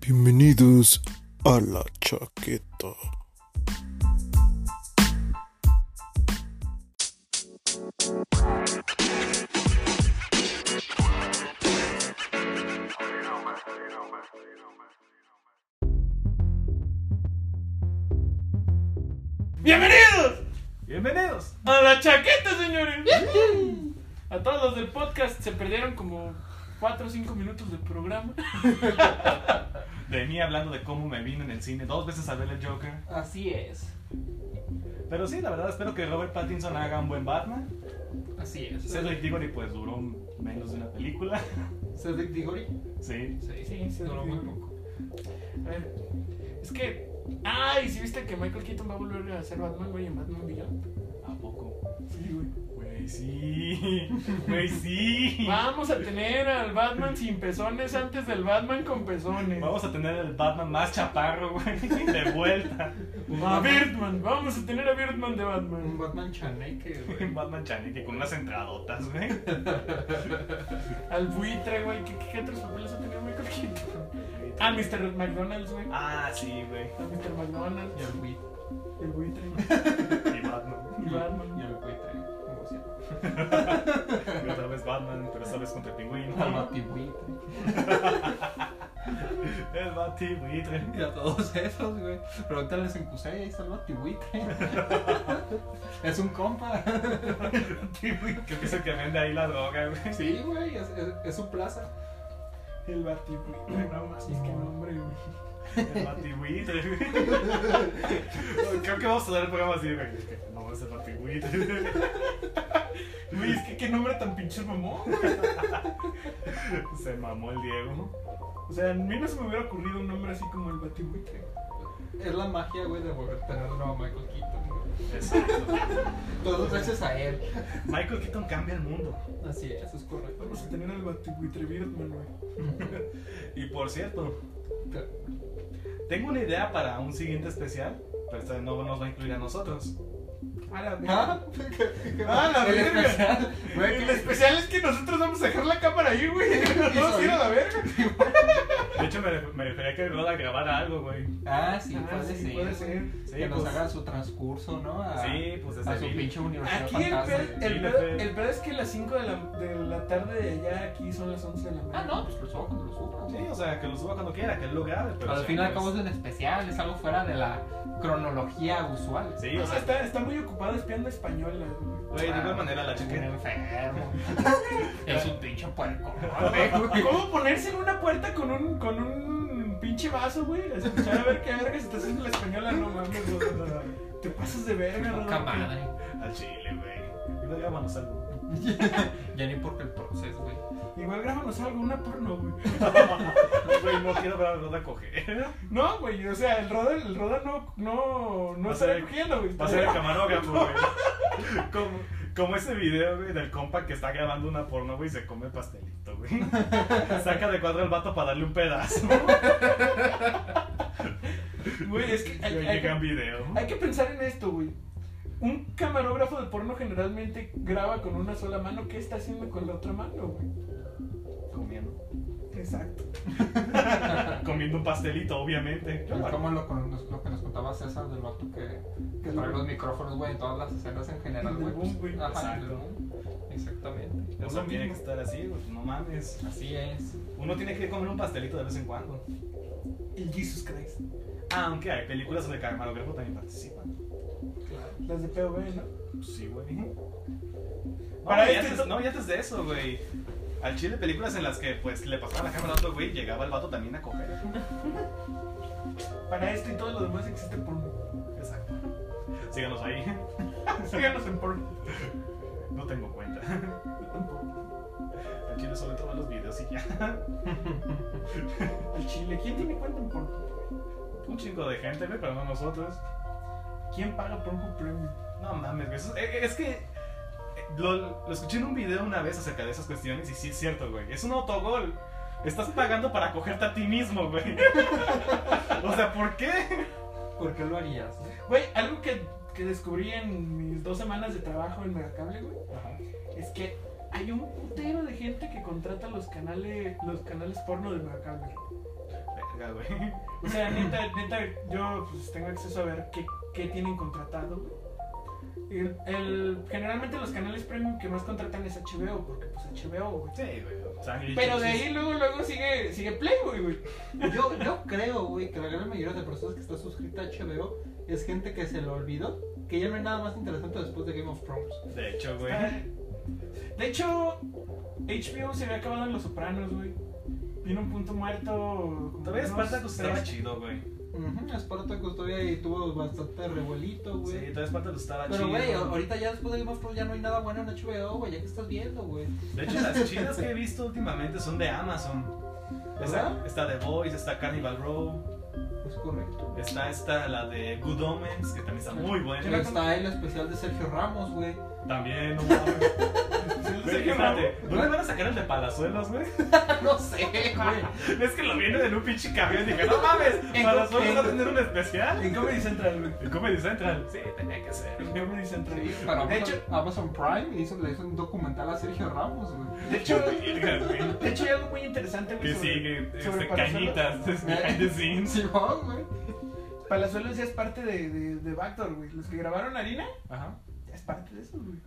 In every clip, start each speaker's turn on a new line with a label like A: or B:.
A: Bienvenidos a la chaqueta.
B: ¡Bienvenidos
C: Bienvenidos.
B: a la chaqueta, señores! A todos los del podcast se perdieron como 4 o 5 minutos de programa.
C: De mí hablando de cómo me vino en el cine dos veces a ver el Joker.
B: Así es,
C: Pero sí, la verdad, espero que Robert Pattinson haga un buen Batman.
B: así es.
C: Cedric Diggory pues duró menos de una película.
D: Cedric Diggory.
C: Sí.
B: Sí, sí, se duró muy poco. A ver, es que. ¡Ay! Si viste que Michael Keaton va a volver a ser Batman, güey, en Batman Beyond.
C: ¿A poco?
B: Sí, güey.
C: Güey, sí. Güey, sí.
B: Vamos a tener al Batman sin pezones antes del Batman con pezones.
C: Vamos a tener el Batman más chaparro, güey. De vuelta.
B: A Birdman, vamos a tener a Birdman de
D: Un
B: Batman.
D: Batman chaneque, güey.
C: Un Batman Chaneque con unas entradotas, güey.
B: Al buitre, güey. ¿Qué, qué, qué otros papeles ha tenido Michael Keaton? A Mr. McDonald's, güey.
C: Ah, sí, güey.
B: A Mr. McDonald's.
D: Y al Wii.
B: El buitre.
C: Y Batman.
B: Y
D: Y
B: Batman.
D: al buitre. Como sea.
C: Y otra vez Batman, pero esta vez contra el
D: Al
C: pingüino.
D: batibuitre.
C: El Bati, buitre.
D: Y a todos esos, güey. Pregúntales en Cusey, ahí está el batibuitre. es un compa.
C: Creo que es el que vende ahí la droga, güey.
D: sí, güey. Es, es, es su plaza.
B: El batibuitre. No más, es que nombre, güey.
C: El batibuitre, güey. Creo que vamos a dar el programa así, güey. No, es el batibuitre.
B: Güey, es que qué nombre tan pinche mamón, güey.
C: Se mamó el Diego.
B: O sea, a mí no se me hubiera ocurrido un nombre así como el batibuitre.
D: Es la magia, güey, de volver a tener a Michael Keaton, güey.
C: Exacto.
D: Todo gracias a él.
C: Michael Keaton cambia el mundo.
D: Así es, es correcto.
B: Vamos a tener al batibuitre Birdman, güey.
C: Y por cierto,
D: Pero,
C: tengo una idea para un siguiente especial. Pero esta vez no nos va a incluir a nosotros.
B: A la verga.
D: ¿Ah? ¿Qué- qué-
B: Ah, la
D: el
B: verga.
D: especial, güey,
B: El
D: que-
B: especial es que nosotros vamos a dejar la cámara ahí, güey. No vamos a ir a la verga.
C: De hecho, me, ref- me refería a que Roda grabara algo, güey.
D: Ah, sí,
B: Ah,
D: puede
B: sí,
D: ser.
B: puede
D: güey.
B: ser.
C: Sí,
D: que nos
C: pues,
D: hagan su transcurso, ¿no? A,
C: sí, pues desde
D: a su
C: Lille.
D: pinche universidad
B: Aquí el
D: fantasma.
B: pedo, el, pedo, el pedo es que las 5 de la, de la tarde de allá aquí son las 11 de la mañana.
D: Ah, no, pues lo subo cuando lo subo.
C: Sí, o sea, que lo suba cuando quiera, que él lo grabe. Pero
D: Al
C: sí,
D: final
C: pues,
D: acabamos en especial, es algo fuera de la cronología usual.
C: Sí, o sea,
B: está, está muy ocupado espiando española.
C: güey, de igual manera la
D: Ah, Es un
C: chica.
D: enfermo. es un pinche puerco. güey.
B: ¿Cómo ponerse en una puerta con un, con un pinche vaso, güey? A Escuchar a ver qué verga se está haciendo la española, no mames, güey. Te pasas de verga, ¿no?
D: Poca madre.
C: Al chile, güey. Y no grabamos algo.
D: Ya ni porque el proceso, güey.
B: Igual grábanos algo, una porno, güey.
C: Güey, no quiero ver a Roda coger.
B: No, güey, o sea, el Roda, el Roda no, no, no
C: Va a
B: estará
C: ser-
B: cogiendo, güey.
C: Va a ser el camarógrafo, güey. Como, como ese video, güey, del compa que está grabando una porno, güey, y se come el pastelito, güey. Saca de cuadro el vato para darle un pedazo.
B: Güey, es que...
C: Y
B: hay- hay-
C: llega un video.
B: Hay que pensar en esto, güey. Un camarógrafo de porno generalmente graba con una sola mano. ¿Qué está haciendo con la otra mano, güey?
C: Comiendo.
B: Exacto.
C: Comiendo un pastelito, obviamente.
D: Es como lo, con- lo que nos contaba César del vato que, que trae los micrófonos, güey, en todas las escenas en general,
B: Del
D: güey. pues,
B: boom, güey.
D: Ajá, del
C: Exacto.
D: boom. Exactamente.
C: O sea, tiene que estar así, güey. No mames.
D: Así es.
C: Uno tiene que comer un pastelito de vez en cuando.
B: El Jesus Christ.
C: Aunque hay películas donde el camarógrafo también participa.
D: Claro.
B: Las de POV, ¿no?
C: Pues Sí, güey. No,
B: Para
C: y
B: este to-
C: antes, no, y antes de eso, güey. Al chile películas en las que pues le pasaba la cámara a otro güey, llegaba el vato también a coger.
B: Para esto y todo lo demás existe porno.
C: Exacto. Síganos ahí.
B: Síganos en porno.
C: No tengo cuenta. Al chile sobre todo los videos y ya.
B: El chile. ¿Quién tiene cuenta en porno?
C: Un chingo de gente, güey, pero no nosotros.
B: ¿Quién paga porno premium?
C: No mames, güey. eso Es, eh, es que eh, lo, lo escuché en un video una vez acerca de esas cuestiones y sí es cierto, güey. Es un autogol. Estás pagando para cogerte a ti mismo, güey. o sea, ¿por qué?
D: ¿Por qué lo harías?
B: Güey, algo que, que descubrí en mis dos semanas de trabajo en Megacable, güey.
C: Ajá.
B: Es que hay un putero de gente que contrata los canales, los canales porno de Megacable.
C: verga, güey.
B: O sea, neta, neta, yo pues, tengo acceso a ver qué, qué tienen contratado, güey. El, el- generalmente los canales premium que más contratan es HBO, porque pues HBO, güey.
C: Sí, güey. Sangre y
B: Pero de
C: chochis.
B: ahí luego, luego sigue, sigue Playboy, güey.
D: Yo, yo creo, güey, que la gran mayoría de personas que está suscrita a HBO es gente que se lo olvidó, que ya no hay nada más interesante después de Game of Thrones.
C: De hecho, güey.
B: Ah, De hecho, HBO se había acabado en Los Sopranos, güey. Vino un punto muerto. como
C: Todavía
B: unos
C: Spartacus estaba
B: tres-
C: chido, güey.
D: Ujú, Spartacus todavía ahí tuvo bastante revuelito,
C: Sí,
D: güey.
C: todavía Spartacus estaba
D: Pero,
C: chido.
D: güey, ahorita ya después de Game of Thrones ya no hay nada bueno en HBO, güey, ya que estás viendo, güey.
C: De hecho, las chidas que he visto últimamente son de Amazon. Está,
D: ¿Verdad?
C: está The Voice, está Carnival Row,
D: Es correcto.
C: está esta, la de Good Omens, que también está muy
D: Pero
C: buena.
D: está el especial de Sergio Ramos, güey.
C: También, no mames. Güey, espérate, ¿Dónde van a sacar el de Palazuelos, güey?
D: no sé, güey.
C: Es que lo viene en un pinche camión y dije, no mames, Palazuelos va a tener un especial.
B: En Comedy Central, güey.
C: En Comedy Central. Sí, tenía que ser.
B: En Comedy Central.
D: Para Amazon,
B: de hecho,
D: Amazon Prime hizo, le hizo un documental a Sergio Ramos, güey.
B: de hecho, de hecho hay algo muy interesante, güey.
C: Que
B: sobre-
C: sigue, este,
B: sobre Palazuelos.
C: cañitas, es behind the scenes.
D: Sí, va, güey.
B: Palazuelos ya es parte de, de, de Backdoor, güey. Los que grabaron Harina,
C: Ajá.
B: ya es parte de eso, güey.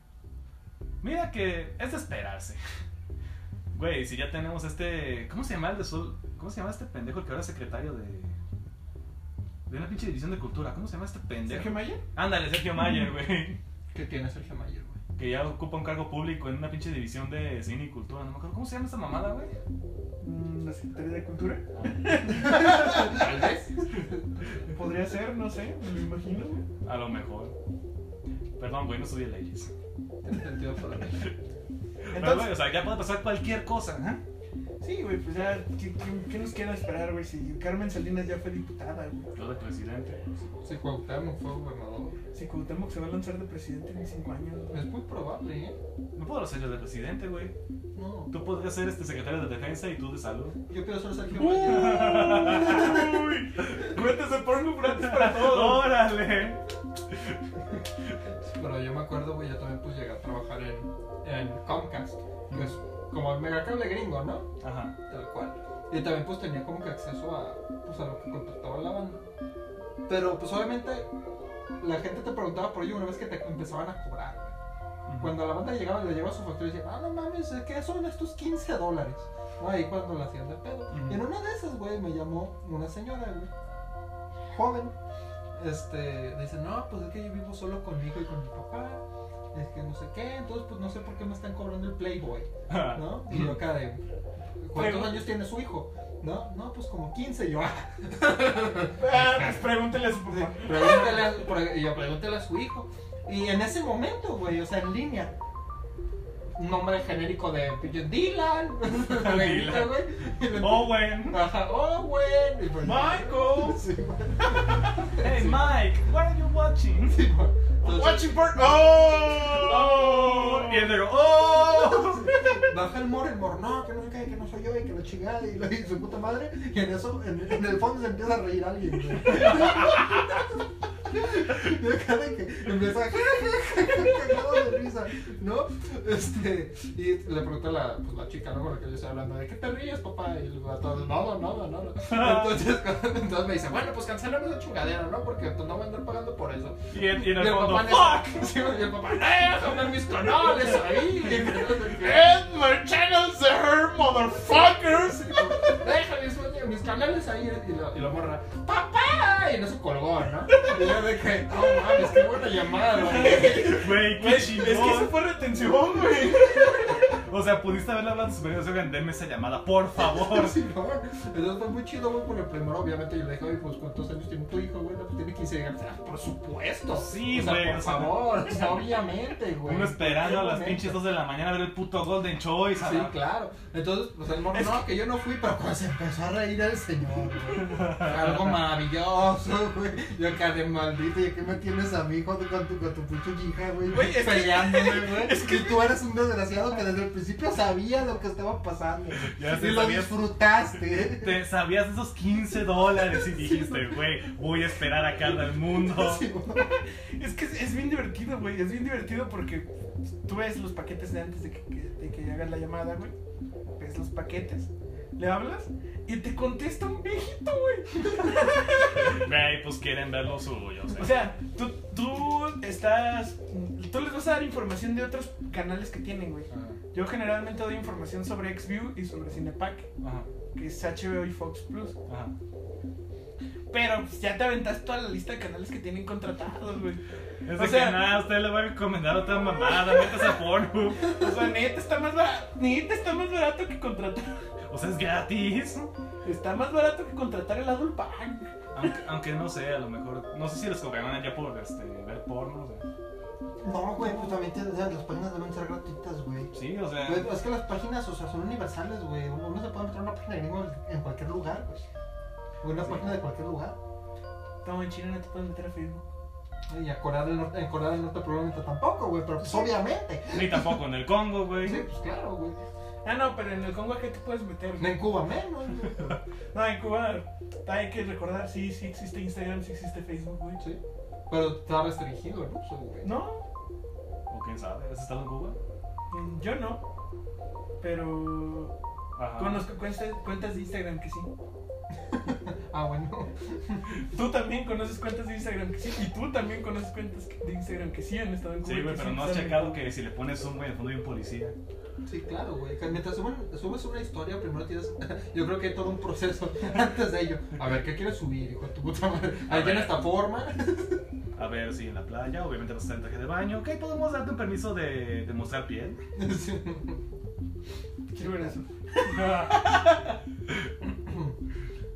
C: Mira que es de esperarse. Güey, si ya tenemos este. ¿Cómo se llama el de Sol? ¿Cómo se llama este pendejo el que ahora es secretario de. de una pinche división de cultura? ¿Cómo se llama este pendejo?
B: Sergio Mayer.
C: Ándale, Sergio Mayer, güey.
D: ¿Qué tiene Sergio Mayer, güey?
C: Que ya ocupa un cargo público en una pinche división de cine y cultura. No me acuerdo. ¿Cómo se llama esta mamada, güey?
B: Mm, La Secretaría de Cultura.
D: Tal vez.
B: Podría ser, no sé, me lo imagino, güey.
C: A lo mejor. Perdón, güey, no estudié leyes.
D: Tiene sentido para mí.
C: Pero,
B: Entonces,
C: güey, o sea, ya puede pasar cualquier cosa. ¿eh?
B: sí, güey, pues ya, ¿qué, qué, qué nos queda esperar, güey? Si Carmen Salinas ya fue diputada, güey.
C: Lo del presidente.
D: Si Cuauhtémoc fue gobernador.
B: Si Cuauhtémoc se va a lanzar de presidente en cinco años, güey.
D: Es muy probable, ¿eh?
C: No puedo ser yo de presidente, güey.
D: No.
C: Tú podrías ser este secretario de defensa y tú de salud.
D: Yo quiero ser Sergio Mayer.
C: Uy,
B: Cuéntese porno antes para todo.
C: ¡Órale!
D: Pero yo me acuerdo, güey, yo también pues llegué a trabajar en, en Comcast. Que es como el megacable gringo, ¿no?
C: Ajá.
D: Tal cual. Y también pues tenía como que acceso a, pues, a lo que contrataba la banda. Pero pues obviamente la gente te preguntaba por ello una vez que te empezaban a cobrar. güey. Cuando la banda llegaba, le llevaba su factura y decía, ah, no mames, ¿qué son estos 15 dólares? ¿no? Ahí cuando la hacían de pedo.
C: Ujú.
D: Y en una de esas, güey, me llamó una señora, güey, joven. Este, dice, no, pues es que yo vivo solo conmigo y con mi papá. Es que no sé qué, entonces pues no sé por qué me están cobrando el Playboy. ¿no? Y yo acá de, ¿cuántos
B: Pero-
D: años tiene su hijo? No, no, pues como 15 yo. ah,
B: Ah, pues pregúntele a su
D: sí,
B: papá.
D: Pregúntale a, pre- y yo pregúntale a su hijo. Y en ese momento, güey, o sea, en línea. Un nombre genérico de pinche Dylan.
C: Dylan.
D: güey. Y le-
C: Owen.
D: Ajá, oh, güey. Y pues-
B: Michael.
D: Sí, güey.
C: Hey, Mike, what are you watching?
D: Sí, güey. Entonces,
B: Watching porn. ¡Oh!
C: Oh, y el negro, oh.
D: Baja el mor, el mor, no, que no sé qué, que no soy yo, y que la chingada, y, la- y su puta madre, y en eso, en, en el fondo se empieza a reír alguien, güey. Y acá de que empieza a cagado de risa, ¿no? Este, y le pregunta a la, pues, la chica, ¿no? Con la que yo estoy hablando, ¿de qué te ríes, papá? Y el vato, no, no, no, no. Entonces, entonces me dice, bueno, pues cancelan esa chingadera, ¿no? Porque pues, no voy a andar pagando por eso.
C: Y en, y en
D: Y
C: el
D: el
C: fondo,
D: papá,
C: fuck.
D: le- Sí, y el papá, déjame mis canales ahí. Y que no sé qué.
B: And my channels are motherfuckers.
D: Deja mis, mis canales ahí eh, y lo, y lo borra. ¡Papá! Y no se colgó, ¿no? Y yo de que, no mames, qué buena llamada, güey.
C: Güey,
B: Güey,
C: qué
B: es que eso
C: chingón.
B: fue retención, güey.
C: O sea, pudiste haberle hablado a tus amigos, oigan, denme esa llamada, por favor.
D: Sí, no. Entonces fue muy chido, güey, porque primero, obviamente, yo le dije, oye, pues, ¿cuántos años tiene tu hijo, güey? No, pues tiene 15 años. Ah, Por supuesto.
C: Sí,
D: O sea,
C: güey, o
D: Por
C: sea,
D: favor, o sea, obviamente, güey.
C: Uno esperando a las
D: Obviamente.
C: pinches 2 de la mañana a ver el puto Golden Choice. a
D: Sí,
C: la-
D: claro. Entonces, pues el morro, no, que yo no fui, pero cuando se empezó a reír el señor, güey. Algo maravilloso, güey. Yo acá de maldito, ¿y aquí me tienes a mi hijo con tu, con tu pinche hija, güey?
B: Güey, es que-
D: peleándome, güey. Es que tú eres un desgraciado que desde el principio sabía lo que estaba pasando.
C: Ya
D: y
C: sé,
D: lo
C: sabías.
D: disfrutaste.
C: Te sabías de esos 15 dólares y dijiste, güey, voy a esperar a cada el mundo.
D: Sí, güey.
B: Es que es, es bien divertido, güey. Es bien divertido porque tú ves los paquetes de antes de que, que- de que hagas la llamada, güey. Ves los paquetes. le hablas y te contesta un viejito, güey.
C: Güey, pues quieren ver lo suyo.
B: O sea, tú, tú estás. Tú les vas a dar información de otros canales que tienen, güey. Yo generalmente doy información sobre Xview y sobre Cinepack,
E: Ajá,
B: que es HBO y Fox Plus.
E: ajá.
B: Pero pues, ya te aventaste toda la lista de canales que tienen contratados, güey.
C: es
B: o
C: de
B: sea-
C: que nada, usted le va a recomendar otra mamada, métase a Pornhub.
B: O sea, neta está más barato, neta está más barato que contratar.
C: O sea, es gratis.
B: Está más barato que contratar el Adult Pack.
C: Aunque, aunque no sé, a lo mejor. No sé si los cobraban ya por este, ver porno. O sea.
D: No, güey, pues también te- o sea, las páginas deben ser gratuitas, güey.
C: Sí, o sea.
D: Güey, pues, Es que las páginas, o sea, son universales, güey. Uno uno se puede meter a una página gringa en cualquier lugar, güey. O una
C: Sí.
D: página de cualquier lugar.
B: No, en China no te puedes meter a Facebook.
D: Y a Corea del Norte, en Corea del Norte probablemente tampoco, güey, pero pues obviamente.
C: Ni tampoco en el Congo, güey.
D: Sí, pues claro, güey.
B: Ah, no, pero en el Congo ¿a qué te puedes meter?
D: En Cuba menos, güey.
B: No, en Cuba Ah, hay que recordar, sí, sí existe Instagram, sí existe Facebook, güey.
D: Sí. Pero está restringido el uso, güey.
B: No,
C: O quién sabe, ¿has estado en Cuba?
B: mm, yo no. Pero
C: Ajá.
B: conozco cuentas, cuentas de Instagram que sí.
D: Ah, bueno.
B: Tú también conoces cuentas de Instagram que sí. Y tú también conoces cuentas que- de Instagram que sí han estado en Cuba.
C: Sí,
B: y
C: güey,
B: que
C: pero no has
B: están en
C: checado
B: Cuba.
C: que si le pones zoom, güey, al fondo hay un policía.
D: Sí, claro, güey. Que Mientras suben- subes una historia, primero tienes. Yo creo que hay todo un proceso antes de ello. A ver, ¿qué quieres subir, hijo de tu puta madre?
C: A
D: Ahí en
C: ver.
D: esta forma.
C: A ver si en la playa, obviamente vas a estar en traje de baño. Ok, podemos darte un permiso de, de mostrar piel.
D: Sí.
B: Quiero ver eso.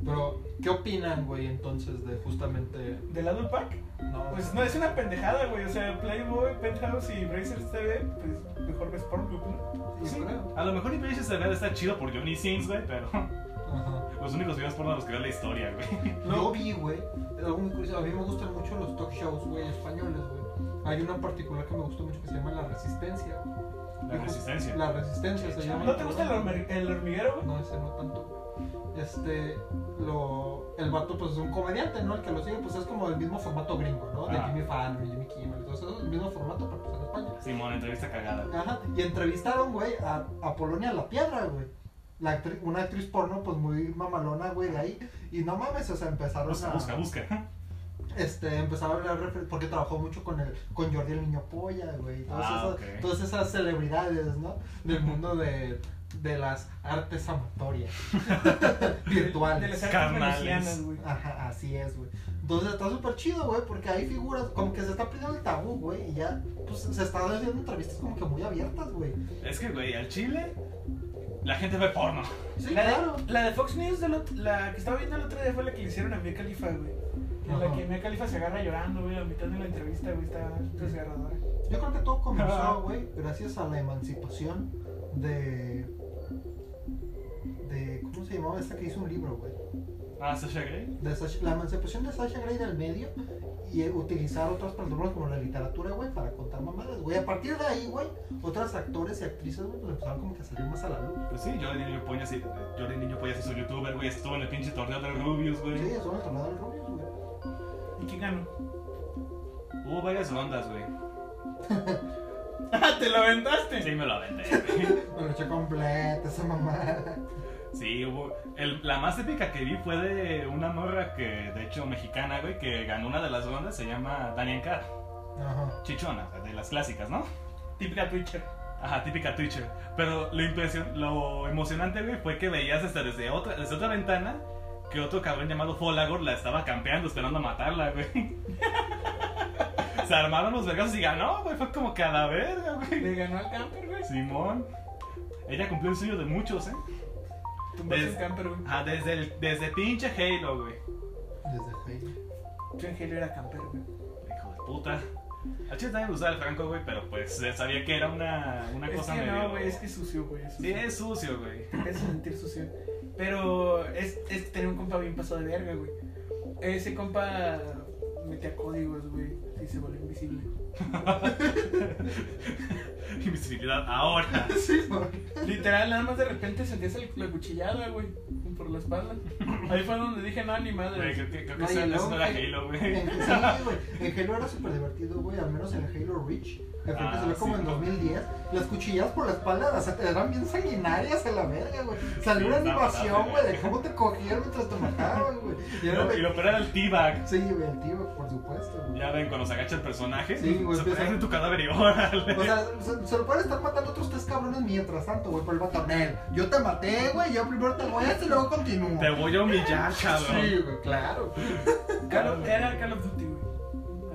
D: Pero, ¿qué opinan, güey, entonces de justamente.
B: ¿Del Adult Pack?
D: No.
B: Pues no, es una pendejada, güey. O sea, Playboy, Penthouse y Brazers TV, pues mejor ves Pornhub, ¿no?
D: yo creo.
C: A lo mejor Iglesias de ver está chido por Johnny Sins, güey, pero
D: Ajá.
C: los únicos videos porno los que veo es la historia, güey.
D: Yo vi, güey, algo muy curioso. A mí me gustan mucho los talk shows, güey, españoles, güey. Hay uno en particular que me gustó mucho que se llama La Resistencia. güey.
C: La resistencia.
D: La Resistencia se llama.
B: ¿No te gusta el, hormi- el hormiguero, güey?
D: No, ese no tanto, güey. Este, lo, el vato, pues es un comediante, ¿no? El que lo sigue, pues es como el mismo formato gringo, ¿no? De
C: Ah.
D: Jimmy Fallon, Jimmy Kimmel, todo eso, el mismo formato, pero pues en España.
C: Simón, entrevista cagada. güey.
D: Ajá, y entrevistaron, güey, a, a Polonia La Piedra, güey. La actri- una actriz porno, pues muy mamalona, güey, de ahí. Y no mames, o sea, empezaron
C: Busca,
D: a.
C: busca, busca.
D: Este, empezaba a hablar refer- porque trabajó mucho con el con Jordi el Niño Polla, güey, y todas,
C: Ah,
D: esas,
C: ok.
D: todas esas celebridades, ¿no? Del mundo de, de las artes amatorias
B: De las
D: virtuales.
B: artes
C: Carnales.
B: venecianas, güey.
D: Ajá, así es, güey. Entonces está súper chido, güey, porque hay figuras, como que se está perdiendo el tabú, güey, y ya, pues se están haciendo entrevistas como que muy abiertas, güey.
C: Es que, güey, al chile la gente ve porno.
D: Sí,
B: La
D: claro.
B: de, la de Fox News, del ot- la que estaba viendo el otro día fue la que le hicieron a Mia Khalifa, güey. En la
D: Ajá.
B: que Mia Khalifa se agarra llorando, güey, a mitad de la entrevista, güey, está desgarradora.
D: Yo creo que todo
B: Ajá.
D: comenzó, güey, gracias a la emancipación de. de ¿Cómo se llamaba esta que hizo un libro, güey?
C: Ah, Sasha Grey.
D: de Sasha- la emancipación de Sasha Grey del medio y eh, utilizar otras plataformas como la literatura, güey, para contar mamadas, güey. A partir de ahí, güey, otras actores y actrices, güey, pues empezaron como que a salir más a la luz.
C: Pues sí, Jordi Niño Polla sí, Jordi Niño Polla sí es un youtuber, güey. Estuvo en el pinche torneo de Rubius, güey.
D: Sí, eso el tornado del rubio, güey.
B: ¿Y quién ganó?
C: Hubo varias rondas, güey.
B: ¡Ah, te lo aventaste!
C: Sí, me lo aventé, güey.
D: Me lo eché completo, esa mamada.
C: Sí, hubo. el- la más épica que vi fue de una morra que, de hecho, mexicana, güey, que ganó una de las rondas. Se llama Daniel Carr.
D: Ajá.
C: Chichona, de las clásicas, ¿no?
B: Típica Twitcher.
C: Ajá, típica Twitcher. Pero lo, impresion- lo emocionante, güey, fue que veías hasta desde otra, desde otra ventana que otro cabrón llamado Folagor la estaba campeando, esperando a matarla, güey. Se armaron los vergazos y ganó, güey. Fue como que a la verga, güey.
B: Le ganó al camper, güey.
C: Simón. Ella cumplió el sueño de muchos, ¿eh?
B: Tumbó el
C: Des-
B: camper, güey.
C: Ah, desde, el- desde pinche Halo, güey.
D: Desde ahí.
B: John Halo era camper, güey.
C: Hijo de puta. A Chile también le gustaba el Franco, güey, pero pues eh, sabía que era una, una
B: Es
C: cosa
B: que
C: medio...
B: no, güey, es que es sucio, güey. es
C: Sí,
B: sucio.
C: es sucio, güey.
B: Te hace sentir sucio. Pero es, es tener un compa bien pasado de verga, güey. Ese compa metía códigos, güey. Y se volvió invisible.
C: Invisibilidad ahora.
D: Sí, güey.
B: Literal, nada más de repente sentías el- la cuchillada, güey, por la espalda. Ahí fue donde dije, no, ni
C: Güey,
B: madre.
C: creo que, creo que
D: No, y
C: eso, eso
D: luego
C: no era
D: en-
C: Halo,
D: en-
C: güey.
D: Sí, güey. En Halo era súper divertido, güey. Al menos en Halo Reach. Que fue que
C: Ah,
D: salió como
C: sí,
D: en
C: no.
D: 2010. Las cuchilladas por la espalda o sea, eran bien sanguinarias a la verga, güey. Salió
C: Sí,
D: una
C: estaba
D: animación,
C: padre,
D: güey, de
C: güey.
D: cómo te cogieron mientras te mataban, güey. Y era
C: No,
D: de-
C: y lo peor era el T-Bag.
D: Sí, güey, el tío, por supuesto, güey.
C: Ya ven, cuando se agacha el personaje,
D: Sí, güey,
C: se
D: empieza-
C: pone en tu cadáver y órale.
D: O sea, se, se lo pueden estar matando otros tres cabrones mientras tanto, güey, por el batonel. Yo te maté, güey, yo primero te voy a hacer y luego continúo.
C: Te voy a humillar, cabrón.
E: Sí, güey, claro.
B: Call of- Era Call of Duty, güey.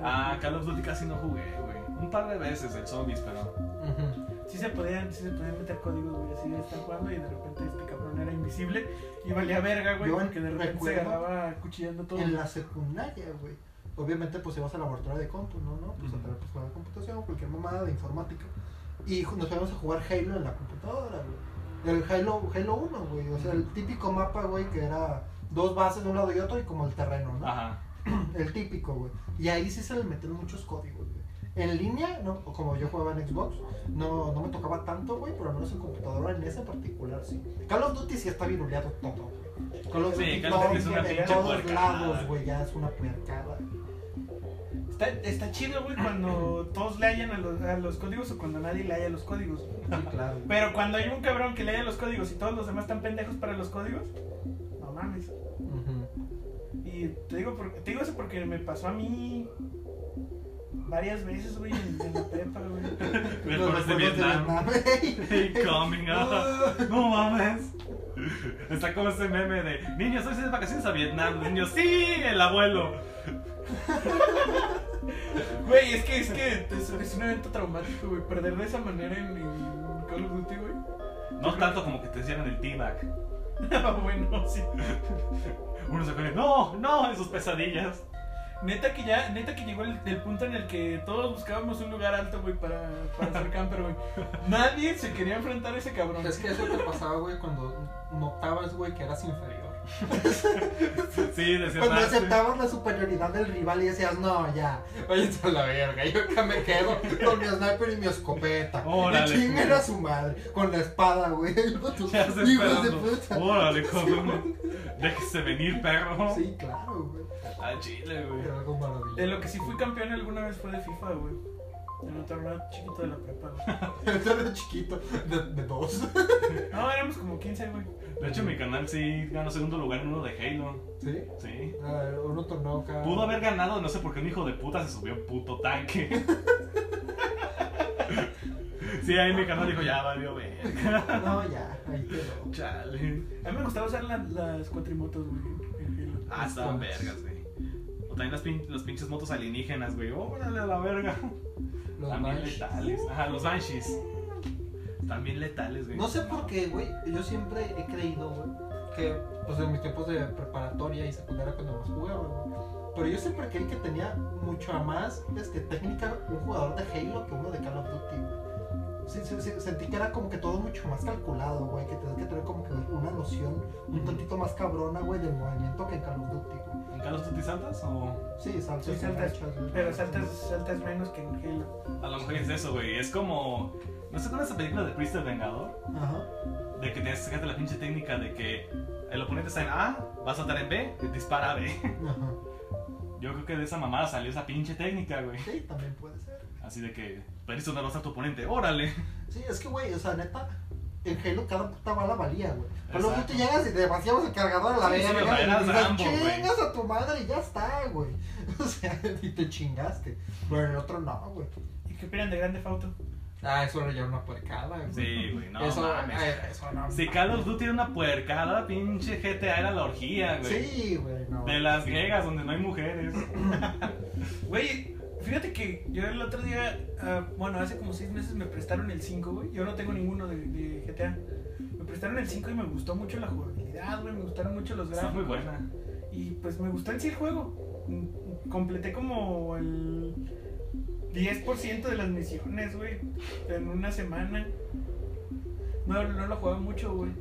C: Ah, Call of Duty casi no jugué, güey. Un par de veces el zombies, pero.
D: Ujú.
B: Sí se podían, sí se podían meter códigos, güey, así de estar jugando y de repente este cabrón era invisible y valía verga, güey,
D: Yo
B: porque de repente se
D: recuerdo
B: agarraba cuchillando todo.
D: En la secundaria, güey. Obviamente, pues ibas al laboratorio de compu, ¿no? ¿No? Pues a
C: Ujú.
D: traer pues, la computación, cualquier mamada de informática. Y ju- nos íbamos a jugar Halo en la computadora, güey. El Halo, Halo 1, güey. O sea, el típico mapa, güey, que era dos bases de un lado y otro y como el terreno, ¿no?
C: Ajá.
D: El típico, güey. Y ahí sí se le meten muchos códigos, güey. En línea, no, o como yo jugaba en Xbox, no, no me tocaba tanto, güey, pero al menos en computadora en ese particular sí. Call of Duty sí está viruleado todo, güey. Call of
C: Sí,
D: Duty
C: Call of Duty es
D: no,
C: una
D: de
C: pinche
D: todos
C: puercada.
D: lados, güey, ya es una puercada.
B: Está, está chido, güey, cuando todos le hallan a los, a los códigos o cuando nadie le halla los códigos.
D: Sí, claro. güey.
B: Pero cuando hay un cabrón que le halla los códigos y todos los demás están pendejos para los códigos, no mames.
D: Ujú.
B: Y te digo, por- te digo eso porque me pasó a mí varias veces, güey, en, en la prepa, güey.
C: Me
D: Los
C: acuerdo de
D: recuerdos
C: Vietnam.
D: güey.
C: Coming up. No mames. Está como ese meme de niños, hoy se de vacaciones a Vietnam. Niños, sí, el abuelo.
B: Güey, es que, es que es, es un evento traumático, güey. Perder de esa manera en, en Call of Duty, güey.
C: No tanto como que te hicieran el T-Bag.
B: Ah, bueno, sí.
C: Uno se pone, no, no, en sus pesadillas.
B: Neta que ya, neta que llegó el, el punto en el que todos buscábamos un lugar alto, güey, para, para hacer camper, güey. Nadie se quería enfrentar a ese cabrón.
E: Es que eso te pasaba, güey, cuando notabas, güey, que eras inferior.
C: Sí, decía
D: Cuando
C: "Ah, sí".
D: aceptabas la superioridad del rival y decías, no, ya,
E: Váyanse a la verga, yo
D: acá me quedo con mi sniper y mi escopeta.
C: Órale.
D: Y chinguen a su madre, con la espada, güey.
C: Te hace
D: Hijos de
C: esperando.
D: puta.
B: Oh,
C: Órale, cabrón. Déjese venir, perro.
D: Sí, claro, güey.
C: A Chile, güey.
D: Era algo maravilloso.
B: De lo que sí fui campeón alguna vez fue de FIFA, güey. En el torneo chiquito de la prepa, güey.
D: Este era chiquito, de, de dos.
B: No, éramos como 15, güey.
C: De hecho, mi canal sí ganó segundo lugar en uno de Halo.
D: Sí.
C: Sí.
D: Ah, uno tornó acá.
C: Pudo haber ganado, no sé por qué un hijo de puta se subió a un puto tanque. Sí, ahí mi canal dijo, ya valió verga.
D: No, ya, ahí quedó.
C: Chale.
B: A mí me gustaba usar la- las cuatrimotos, güey. en Halo.
C: Ah, estaban vergas, güey. O también las, pin- las pinches motos alienígenas, güey. Órale a la verga.
D: Los
C: también
D: Banshees.
C: letales. Ajá, los Banshees. También letales, güey.
D: No sé por qué, güey. Yo siempre he creído, güey, que pues en mis tiempos de preparatoria y secundaria cuando más jugaba, güey. Pero yo siempre creí que tenía mucho más este, técnica un jugador de Halo que uno de Call of Duty, güey. Sí, sí, sí, sentí que era como que todo mucho más calculado, güey. Que tenías que tener como que una noción un tantito más cabrona, güey, del movimiento que en Call of Duty, güey.
C: ¿En Carlos Tutti saltas o...?
D: Sí, saltas.
B: Sí,
D: y
B: saltas,
D: flechas, güey.
B: Pero saltas, saltas menos que en Halo.
C: A lo mejor es eso, güey. Es como. ¿No se acuerdan de esa película de Priest el Vengador?
D: Ajá.
C: De que tienes que sacarte la pinche técnica de que el oponente está en A, vas a estar en B, dispara a B.
D: Ajá.
C: Yo creo que de esa mamada salió esa pinche técnica, güey.
D: Sí, también puede ser.
C: Así de que perdiste una base a tu oponente, órale.
D: Sí, es que, güey, o sea, neta, en Halo cada puta bala valía, güey. Pero luego tú
C: Exacto.
D: llegas y te vaciamos el cargador a la
C: Sí, sí,
D: verga.
C: güey,
D: y
C: eras
D: dices,
C: Rambo, güey.
D: chingas a tu madre y ya está, güey. O sea, y te chingaste. Pero en el otro no, güey.
B: ¿Y qué opinan de Grande Fauto?
E: Ah, eso era ya una puercada, güey.
C: Sí, güey, no
E: eso,
C: mames.
E: ah, eso no.
C: Si Call of Duty era una puercada, pinche GTA era la orgía, güey.
D: Sí, güey, no.
C: De las griegas donde no hay mujeres.
B: Güey, fíjate que yo el otro día, ah, bueno, hace como seis meses me prestaron el 5, güey. Yo no tengo ninguno de, de GTA. Me prestaron el 5 y me gustó mucho la jugabilidad, güey. Me gustaron mucho los
C: Está
B: gráficos.
C: muy buena.
B: Y pues me gustó en sí el juego. Mm, Completé como el 10% de las misiones, güey. En una semana. No, no lo jugaba mucho, güey.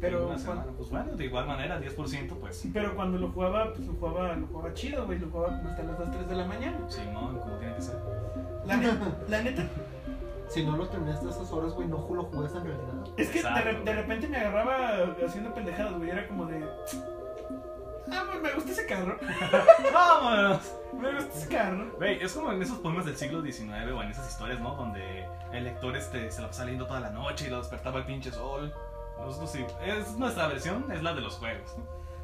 B: Pero,
C: Una
B: cuando,
C: semana, pues bueno, de igual manera, 10%, pues.
B: pero cuando lo jugaba, pues lo jugaba, lo jugaba chido, güey. Lo jugaba como hasta las 2, 3 de la mañana.
C: Simón, como tiene que ser.
B: La, ne- la neta,
D: Si no lo terminaste a esas horas, güey, no lo jugaste en realidad.
B: es que de,
C: Exacto,
B: re- de
C: güey.
B: repente me agarraba haciendo pendejadas, güey. Era como de. Ah, güey, me gusta ese carro.
C: ¡Vámonos!
B: Me gusta ese carro.
C: Güey, es como en esos poemas del siglo XIX o en esas historias, ¿no? Donde el lector este, se la pasaba leyendo toda la noche y lo despertaba el pinche sol. Nosotros sí. Es nuestra versión, es la de los juegos.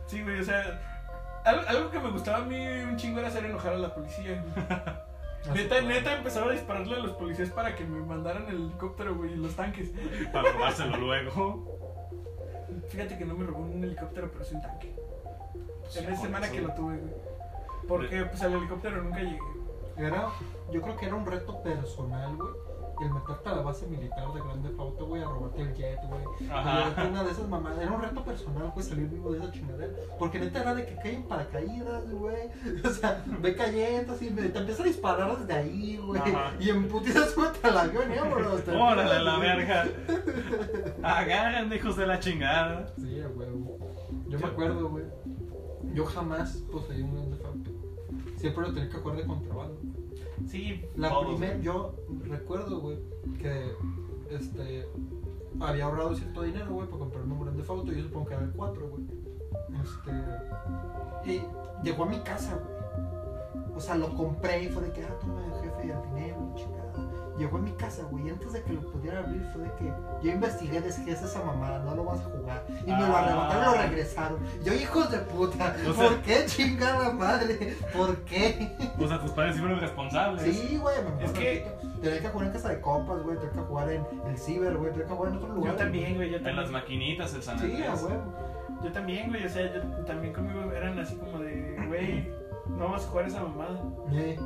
B: Sí, güey, o sea. al- Algo que me gustaba a mí un chingo era hacer enojar a la policía. güey. Neta, neta empezaba a dispararle a los policías para que me mandaran el helicóptero, güey, y los tanques.
C: Para robárselo luego.
B: Fíjate que no me robó un helicóptero, pero sí un tanque.
C: Pues
B: en esa
C: sí, por
B: semana
C: eso.
B: que lo tuve, güey. Porque pues al helicóptero nunca llegué.
D: Era, yo creo que era un reto personal, güey. El meterte a la base militar de Grande Auto, güey, a robarte el jet, güey.
C: Ajá.
D: Era una de esas mamadas. Era un reto personal, güey, salir vivo de esa chingadera. Porque neta era de que caen paracaídas, güey. O sea, ve cayendo así, me- te empieza a disparar desde ahí, güey.
C: Ajá.
D: Y en putiza suelta el avión, ¿eh, bro? Hasta-
C: ¡Órale, la verga! Agarren, hijos de la chingada.
D: Sí, a huevo. Yo me acuerdo, güey. Yo jamás poseí un Grande Auto. Siempre lo tenía que jugar de contrabando.
B: Sí,
D: La
C: Todos,
D: primera,
C: güey.
D: yo recuerdo, güey, que este había ahorrado cierto dinero, güey, para comprarme un grande foto. Yo supongo que era el 4, güey. Este. Y llegó a mi casa, güey. O sea, lo compré y fue de que, ah, toma jefe el dinero, y chingada. Llegó a mi casa, güey, y antes de que lo pudiera abrir fue de que yo investigué, es que es esa mamada, no lo vas a jugar. Y me lo
C: Ah.
D: arrebataron y lo regresaron. Yo, hijos de puta,
C: O sea-
D: ¿por qué chingada madre? ¿Por qué?
C: O sea, tus padres sí fueron responsables.
D: Sí, güey, me
B: Es
D: acuerdo
B: que-
D: perfecto. Tenía que jugar en casa de compas, güey. Tenía que jugar en el ciber, güey. Tenía que jugar en otro lugar.
B: yo también, güey, yo
C: En las
B: también.
C: maquinitas, el San
D: güey. Sí, a
C: Andrés.
D: huevo.
B: Yo también, güey, o sea, yo también conmigo eran así como de, güey, no vas a jugar esa mamada.
D: Eh,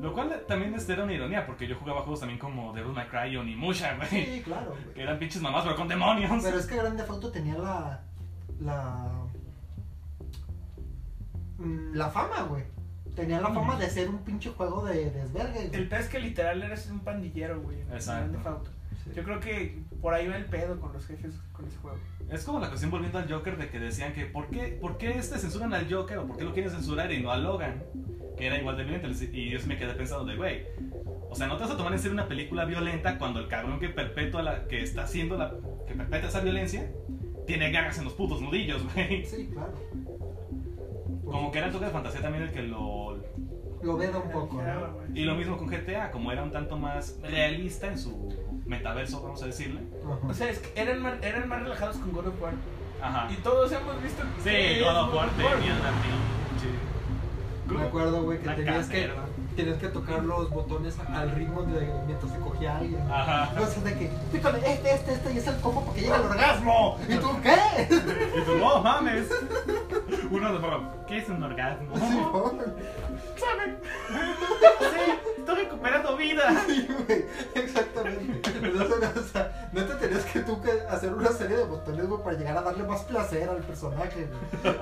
C: Lo cual también este, era una ironía, porque yo jugaba juegos también como Devil May Cry o Nimusha, güey.
D: Sí, claro, güey.
C: Que eran pinches mamás, pero con demonios.
D: Pero es que Grande Foto tenía la. La. mm, La fama, güey. Tenía la fama de ser un pinche juego de desvergue,
B: El
D: güey.
B: pez que literal eres un pandillero, güey. en el
C: Exacto.
B: Grand Theft Auto. Yo
D: Sí.
B: creo que por ahí va el pedo con los jefes con ese juego.
C: Es como la cuestión volviendo al Joker de que decían que ¿por qué, ¿por qué este censuran al Joker o por qué lo quieren censurar y no a Logan? Que era igual de violento. Y yo sí me quedé pensando de, güey, o sea, no te vas a tomar en serio una película violenta cuando el cabrón que perpetúa la, que está haciendo la, que perpetra esa violencia, tiene garras en los putos nudillos, güey.
D: Sí, claro.
C: Como que era el toque de fantasía también el que lo...
D: Lo veda un poco,
B: Exageraba,
D: ¿no?
B: güey.
C: Y lo mismo con GTA, como era un tanto más realista en su metaverso, vamos a decirle.
D: Ajá.
B: O sea, es que eran más, eran más relajados con God of War.
C: Ajá.
B: Y todos hemos visto.
C: Sí,
B: Ah. God
C: todo fuerte,
B: War.
C: mierda, pinche.
D: Me acuerdo, güey, que
C: Una
D: tenías que,
C: cacerda.
D: tenías que tocar los botones al ritmo de mientras se cogía a alguien.
C: Ajá.
D: Entonces de que, pícale, este, este, este, y es el combo porque llega el orgasmo. ¿Y tú qué?
C: Y tú, no mames. Uno de forma, ¿qué es un orgasmo?
D: Simón.
C: ¿Sabe? Sí, estoy recuperando vida.
D: Sí, güey, exactamente. Entonces, o sea, no te tenías que tú que hacer una serie de botones, güey, para llegar a darle más placer al personaje, güey.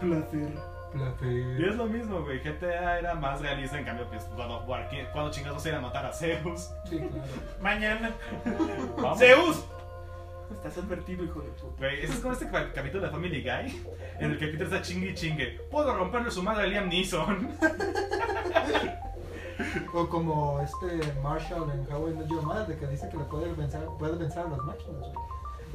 B: Placer.
C: Y es
D: Placer.
C: lo mismo, güey. GTA era más realista, en cambio, pues, God of War. ¿qué- ¿Cuándo chingados se iba a matar a Zeus?
D: Sí, claro.
B: Mañana.
C: Vamos.
B: ¡Zeus! Estás advertido, hijo de puta.
C: Güey, ese es como este cap- capítulo de Family Guy, en el que Peter está chingue y chingue. Puedo romperle su madre a Liam Neeson.
D: O como este Marshall en How I Met Your Mother, que dice que le puede vencer, puede vencer a las máquinas, güey.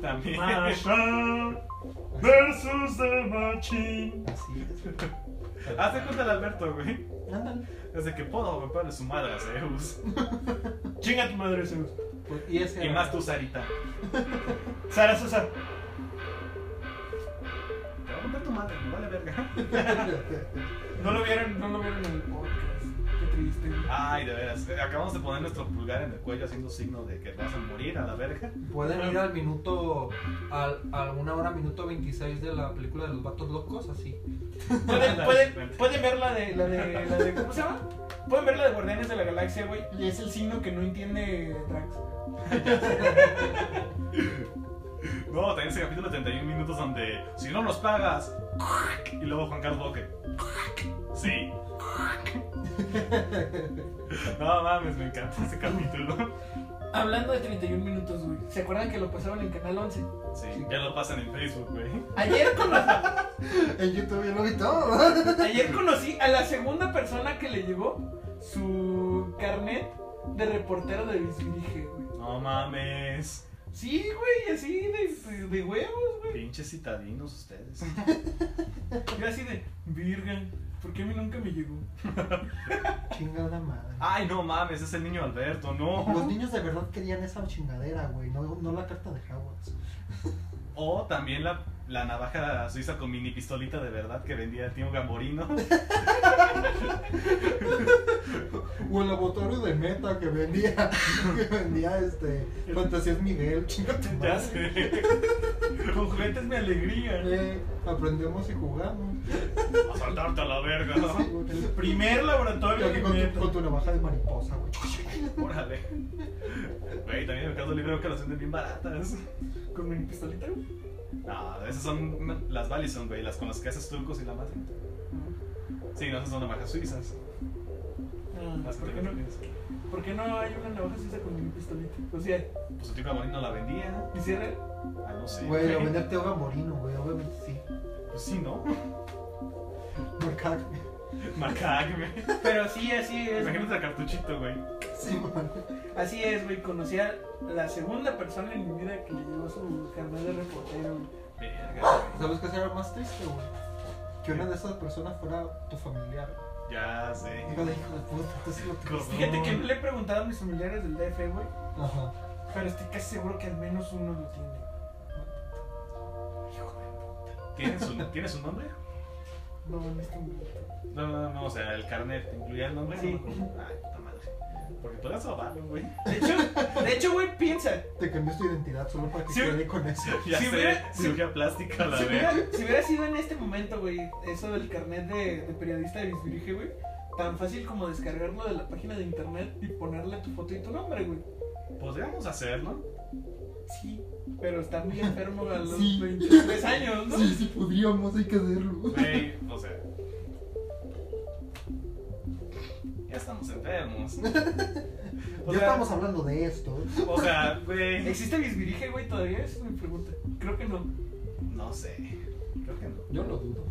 C: También.
B: Marshall
D: Así-
B: versus the Machine.
D: Así es, güey.
C: Hace cuenta el Alberto, güey.
D: Ándale.
C: Desde que puedo romperle su madre a Zeus.
B: Chinga tu madre, Zeus.
D: Pues, y ese
C: Y
D: era-
C: más tú, Sarita.
B: Sara Sosa.
C: Te voy a romper tu madre, me vale verga.
D: Este,
B: No lo vieron, no lo vieron en el podcast. Ah, Qué triste. güey.
C: Ay, de veras. Eh, Acabamos de poner nuestro pulgar en el cuello haciendo signo de que vas a morir a la verga.
D: Pueden ir al minuto, al, a una hora, minuto 26 de la película de los vatos locos, así.
B: Pueden, pueden, pueden ver la de, la de, la de. ¿Cómo se llama? Pueden ver la de Guardianes de la Galaxia, güey. Y es el signo que no entiende Drax.
C: No, también ese capítulo de 31 minutos donde si no nos pagas. Y luego Juan Carlos Boque. Sí. No mames, me encanta ese capítulo.
B: Hablando de 31 minutos, güey. ¿Se acuerdan que lo pasaron en Canal 11?
C: Sí, ya lo pasan en Facebook, güey.
B: Ayer conocí,
D: En YouTube ya lo vi todo.
B: ayer conocí a la segunda persona que le llegó su carnet de reportero de Bisbirige, güey.
C: No mames.
B: Sí, güey, así de, de, de huevos, güey.
C: Pinches citadinos ustedes.
B: Yo así de, virgen, ¿por qué a mí nunca me llegó?
D: Chingada madre.
C: Ay, no mames, es el niño Alberto, no.
D: Los niños de verdad querían esa chingadera, güey. No, no la carta de Hogwarts.
C: O también la, la navaja suiza con mini pistolita de verdad que vendía el tío Gamborino.
D: O el laboratorio de meta que vendía. Que vendía este. Fantasías Miguel. Chingate
C: Ya
D: madre.
C: sé.
B: Con juguetes mi alegría.
D: Eh, aprendemos y jugamos.
C: A saltarte a la verga, ¿no?
B: El primer laboratorio
D: Creo
B: que
D: que con,
B: me
D: tu, con tu navaja de mariposa, güey.
C: Órale. Güey, también en Mercado Libre creo que las venden bien baratas.
B: Con mi pistolita, güey.
C: No, esas son las Valison, güey, las con las que haces trucos y la madre. Sí, no, esas son navajas suizas.
B: Ah,
C: Las que
B: ¿por
C: te
B: qué no?
C: refieres.
B: ¿Por qué no hay una navaja suiza con mi pistolita? O sea,
C: Pues el tío Gamborino la vendía.
B: ¿y cierra?
C: Ah, no sé.
D: Güey, lo vendía Teo Gamorino, güey. Obviamente sí.
C: Pues sí, ¿no?
D: Marcar.
C: Macac, güey.
B: Pero sí, así es. güey.
C: Imagínate el cartuchito, güey.
D: Sí, man.
B: Así es, güey. Conocí a la segunda persona en mi vida que le llevó su carnet de reportero. güey.
C: Verga, güey.
D: ¿Sabes qué será más triste, güey? Que una de esas personas fuera tu familiar.
C: Ya sé.
D: Hijo de hijo de puta, tú sí lo
C: Cos-
D: triste.
B: Fíjate que no le he preguntado a mis familiares del DF, güey.
D: Ajá.
B: Pero estoy casi seguro que al menos uno lo tiene. Hijo de puta.
C: ¿Tienes su, ¿tiene su nombre?
B: No, no
D: este
B: es tan bonito.
C: No, no, no, o sea, el carnet, ¿te incluía el nombre?
B: Sí.
C: Ay, puta madre. Porque podrías robarlo, güey.
B: De hecho, de hecho, güey, piensa.
D: Te cambió tu identidad solo para que
B: Sí.
D: quede con eso.
C: Ya
B: Si
C: sé,
B: hubiera-
C: cirugía plástica, la
B: Si hubiera,
C: verga.
B: si hubiera sido en este momento, güey, eso del carnet de, de periodista de Bisbirige, güey, tan fácil como descargarlo de la página de internet y ponerle tu foto y tu nombre, güey.
C: Podríamos hacerlo.
B: Sí, pero está muy enfermo a los
D: Sí.
B: 23 años, ¿no?
D: Sí, sí podríamos, hay que hacerlo.
C: Güey, o sea. Ya estamos enfermos. O
D: Ya
C: sea,
D: estamos hablando de esto.
C: O sea, güey.
B: ¿Existe bisbirige, güey, todavía? Esa es mi pregunta. Creo que no.
C: No sé. Creo que no.
D: Yo lo dudo.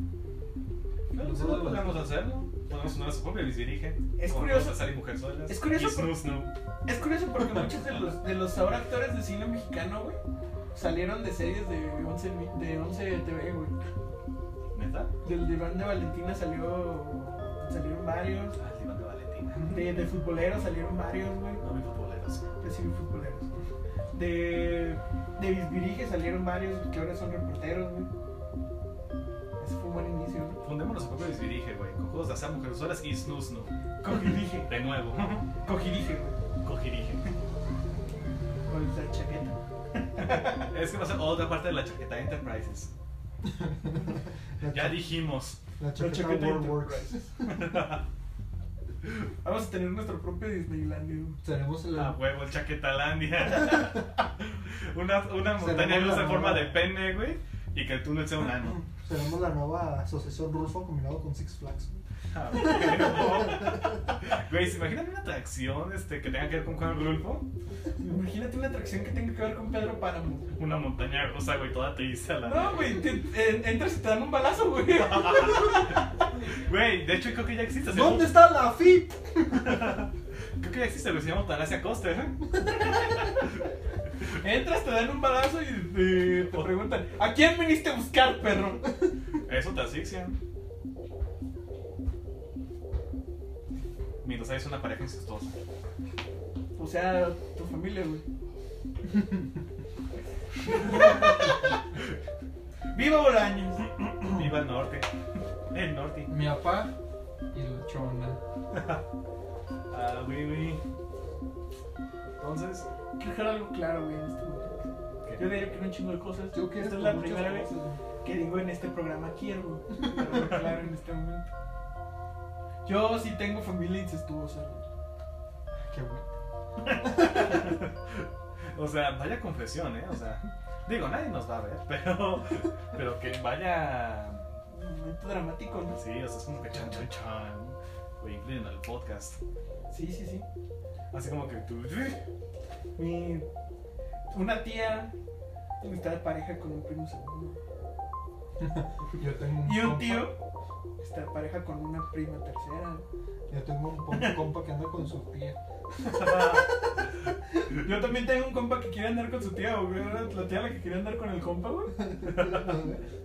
C: No, no sé, no podríamos hacerlo. Podemos sonar a su propia dirige.
B: Es curioso-
C: Salir mujer sola.
B: es curioso
C: Y Snoo, Snoo.
B: Es curioso porque muchos de los, de los ahora actores de cine mexicano, güey, salieron de series de 11, mi- de 11 TV, güey.
C: ¿Neta?
B: Del diván de Valentina salió, salieron varios.
C: Ah, el Iván de Valentina.
B: De, de futboleros salieron varios, güey.
C: No vi futboleros.
B: De civil futboleros. De, de bisbirige salieron varios que ahora son reporteros, güey. Ese fue un buen inicio, ¿no?
C: Fundémonos a poco de dirige, güey. Con juegos de azar, mujeres solas y snus, no. Cogirige. De nuevo.
B: Cogirige, güey.
C: Cogirige.
B: Con la chaqueta.
C: Es que va a ser otra parte de la chaqueta Enterprises.
D: La,
C: Ya
D: cha-
C: dijimos.
D: la
B: La
D: chaqueta World Works.
B: Vamos a tener nuestro propio Disneylandia. güey.
D: Tenemos el.
C: A huevo, el chaquetalandia. una, una montaña de
D: Seremos
C: luz
D: la
C: en forma
D: nueva.
C: de pene, güey. Y que el túnel sea un ano.
D: Tenemos la nueva asociación Rulfo combinado con Six Flags.
C: A huevo. Ah, Güey, ¿se imaginan una atracción este, que tenga que ver con Juan Rulfo?
B: Imagínate una atracción que tenga que ver con Pedro Páramo.
C: Una montaña rusa, güey, toda triste a la
B: No, güey, te- en- entras y te dan un balazo, güey.
C: Güey, de hecho creo que ya existe. se
D: ¿Dónde está la FIP?
C: llama- Creo que ya existe, güey, se llama Eutanasia Costa, ¿eh?
B: Entras, te dan un balazo y te, te preguntan, ¿a quién viniste a buscar, perro?
C: Eso te asfixia. Mientras hay una pareja incestuosa.
B: O sea, tu familia, güey. ¡Viva Bolaños!
C: Viva el norte. El norte.
E: Mi papá y la chona.
C: Ah, güey, güey. Entonces,
B: Quiero dejar algo claro, güey, en este momento.
C: ¿qué?
B: Yo diría que era un chingo de cosas.
D: Yo que
B: Esta es la primera vez que digo en este programa quiero, güey. Para dejar claro en este momento. Yo sí tengo familia incestuosa, güey.
D: Qué bueno.
C: O sea, vaya confesión, ¿eh? O sea, digo, nadie nos va a ver, pero, pero que vaya.
B: Un momento dramático, ¿no?
C: Sí, o sea, es como que chan, chan, chan. Oye, incluyen al podcast.
B: Sí, sí, sí.
C: Así como que tú.
B: Mi, una tía está de pareja con un primo segundo.
E: Yo tengo un
B: Y un
E: compa-
B: tío está de pareja con una prima tercera.
E: Yo tengo un pom- compa que anda con su tía.
B: Yo también tengo un compa que quiere andar con su tía, güey. Era La tía la que quería andar con el compa, güey.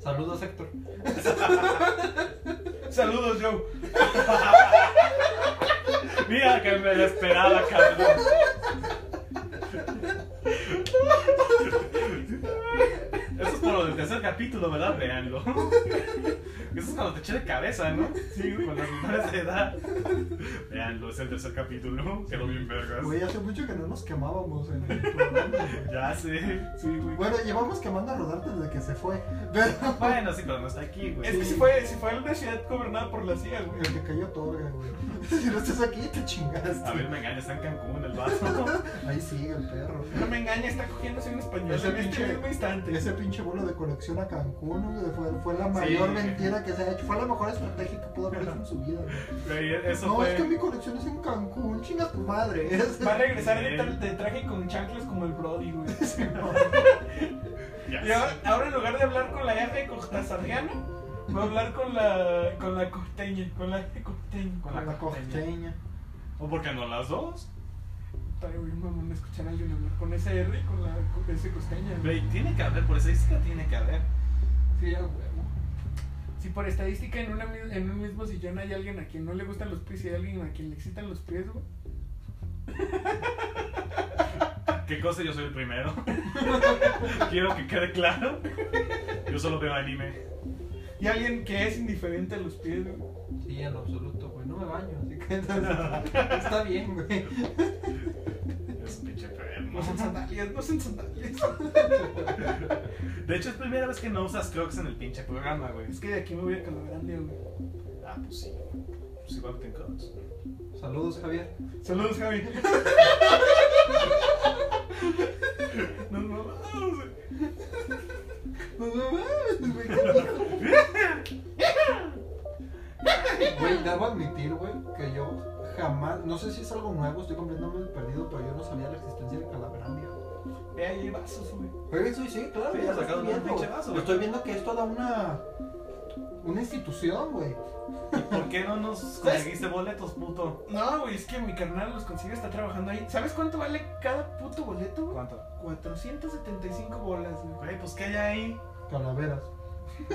E: Saludos, Héctor.
B: Saludos, Joe.
C: Mira que me la esperaba, cabrón. Eso es por lo del tercer capítulo, ¿verdad? Veanlo. Eso es cuando te eché de cabeza, ¿no? Sí, güey. Cuando las menores de edad. Veanlo, es el tercer capítulo. Quedó bien vergas.
D: Güey, hace mucho que no nos quemábamos en el programa. güey.
C: Ya sé.
B: Sí, güey.
D: Bueno, llevamos quemando a Rodarte desde que se fue. Pero
C: Bueno, sí, pero no está aquí, güey.
B: Es que si fue, si fue una ciudad gobernada por la CIA, güey.
D: el que cayó otorga, güey. Si no estás aquí, te
C: A ver,
D: chingaste.
C: me engañas, está en Cancún el vaso.
D: Ahí sigue el perro.
B: No me engañes, está cogiéndose un español
D: Ese
B: en este
D: pinche-
B: mismo instante.
D: Ese pinche vuelo de conexión a Cancún güey, fue, fue la mayor
C: Sí.
D: mentira que se ha hecho. Fue la mejor estrategia que pudo haber hecho en su vida. güey.
C: Güey, eso
D: No,
C: fue.
D: es que mi conexión es en Cancún. Chinga tu madre. Es-
B: Va a regresar de, tra- de traje con chanclas como el Brody, güey.
C: Ya
B: Y ahora, ahora en lugar de hablar con la R costasarriana, va a hablar con la, con la costeña, con la R costeña.
C: Con
D: Con la costeña.
C: ¿O porque no las dos?
B: Estaría bien mamón escuchar a alguien hablar con esa R y con la con ese costeña. güey.
C: Güey, tiene que haber, por estadística tiene que haber.
E: Sí, ya, güey.
B: Si por estadística en, una, mi- en un mismo sillón hay alguien a quien no le gustan los pies y hay alguien a quien le excitan los pies, güey.
C: ¿Qué cosa? Yo soy el primero. Quiero que quede claro. Yo solo veo anime.
B: Y alguien que es indiferente a los pies, güey.
E: Sí, en absoluto, güey. No me baño, así que está bien, güey.
C: Es un pinche
B: No
C: enfermo.
B: son sandalias, no son sandalias.
C: De hecho, es primera vez que no usas crocs en el pinche programa, güey.
B: Es que de aquí me voy a Calaverandia, güey.
C: Ah, pues sí. Pues igual que en crocs.
E: Saludos, Javier.
B: Saludos, Javi. Nos mamamos, güey.
E: No
D: pues,
E: mames, güey, ¿qué dijo?
D: Güey, debo admitir, güey, que yo jamás, no sé si es algo nuevo, estoy completamente perdido, pero yo no sabía la existencia de Calaverandia.
B: Ve ahí vasos, güey.
D: Oye, sí, sí, claro,
C: Sí,
D: ya lo
C: sacado
D: estoy
C: de un
D: viendo.
C: pinche vaso, güey.
D: estoy viendo que es toda una, una institución, güey.
C: ¿Por qué no nos conseguiste boletos, puto?
B: No, güey, es que mi carnal los consigue, está trabajando ahí. ¿Sabes cuánto vale cada puto boleto, güey?
C: ¿Cuánto?
B: 475 bolas, güey.
C: Güey, pues que hay ahí.
D: Calaveras.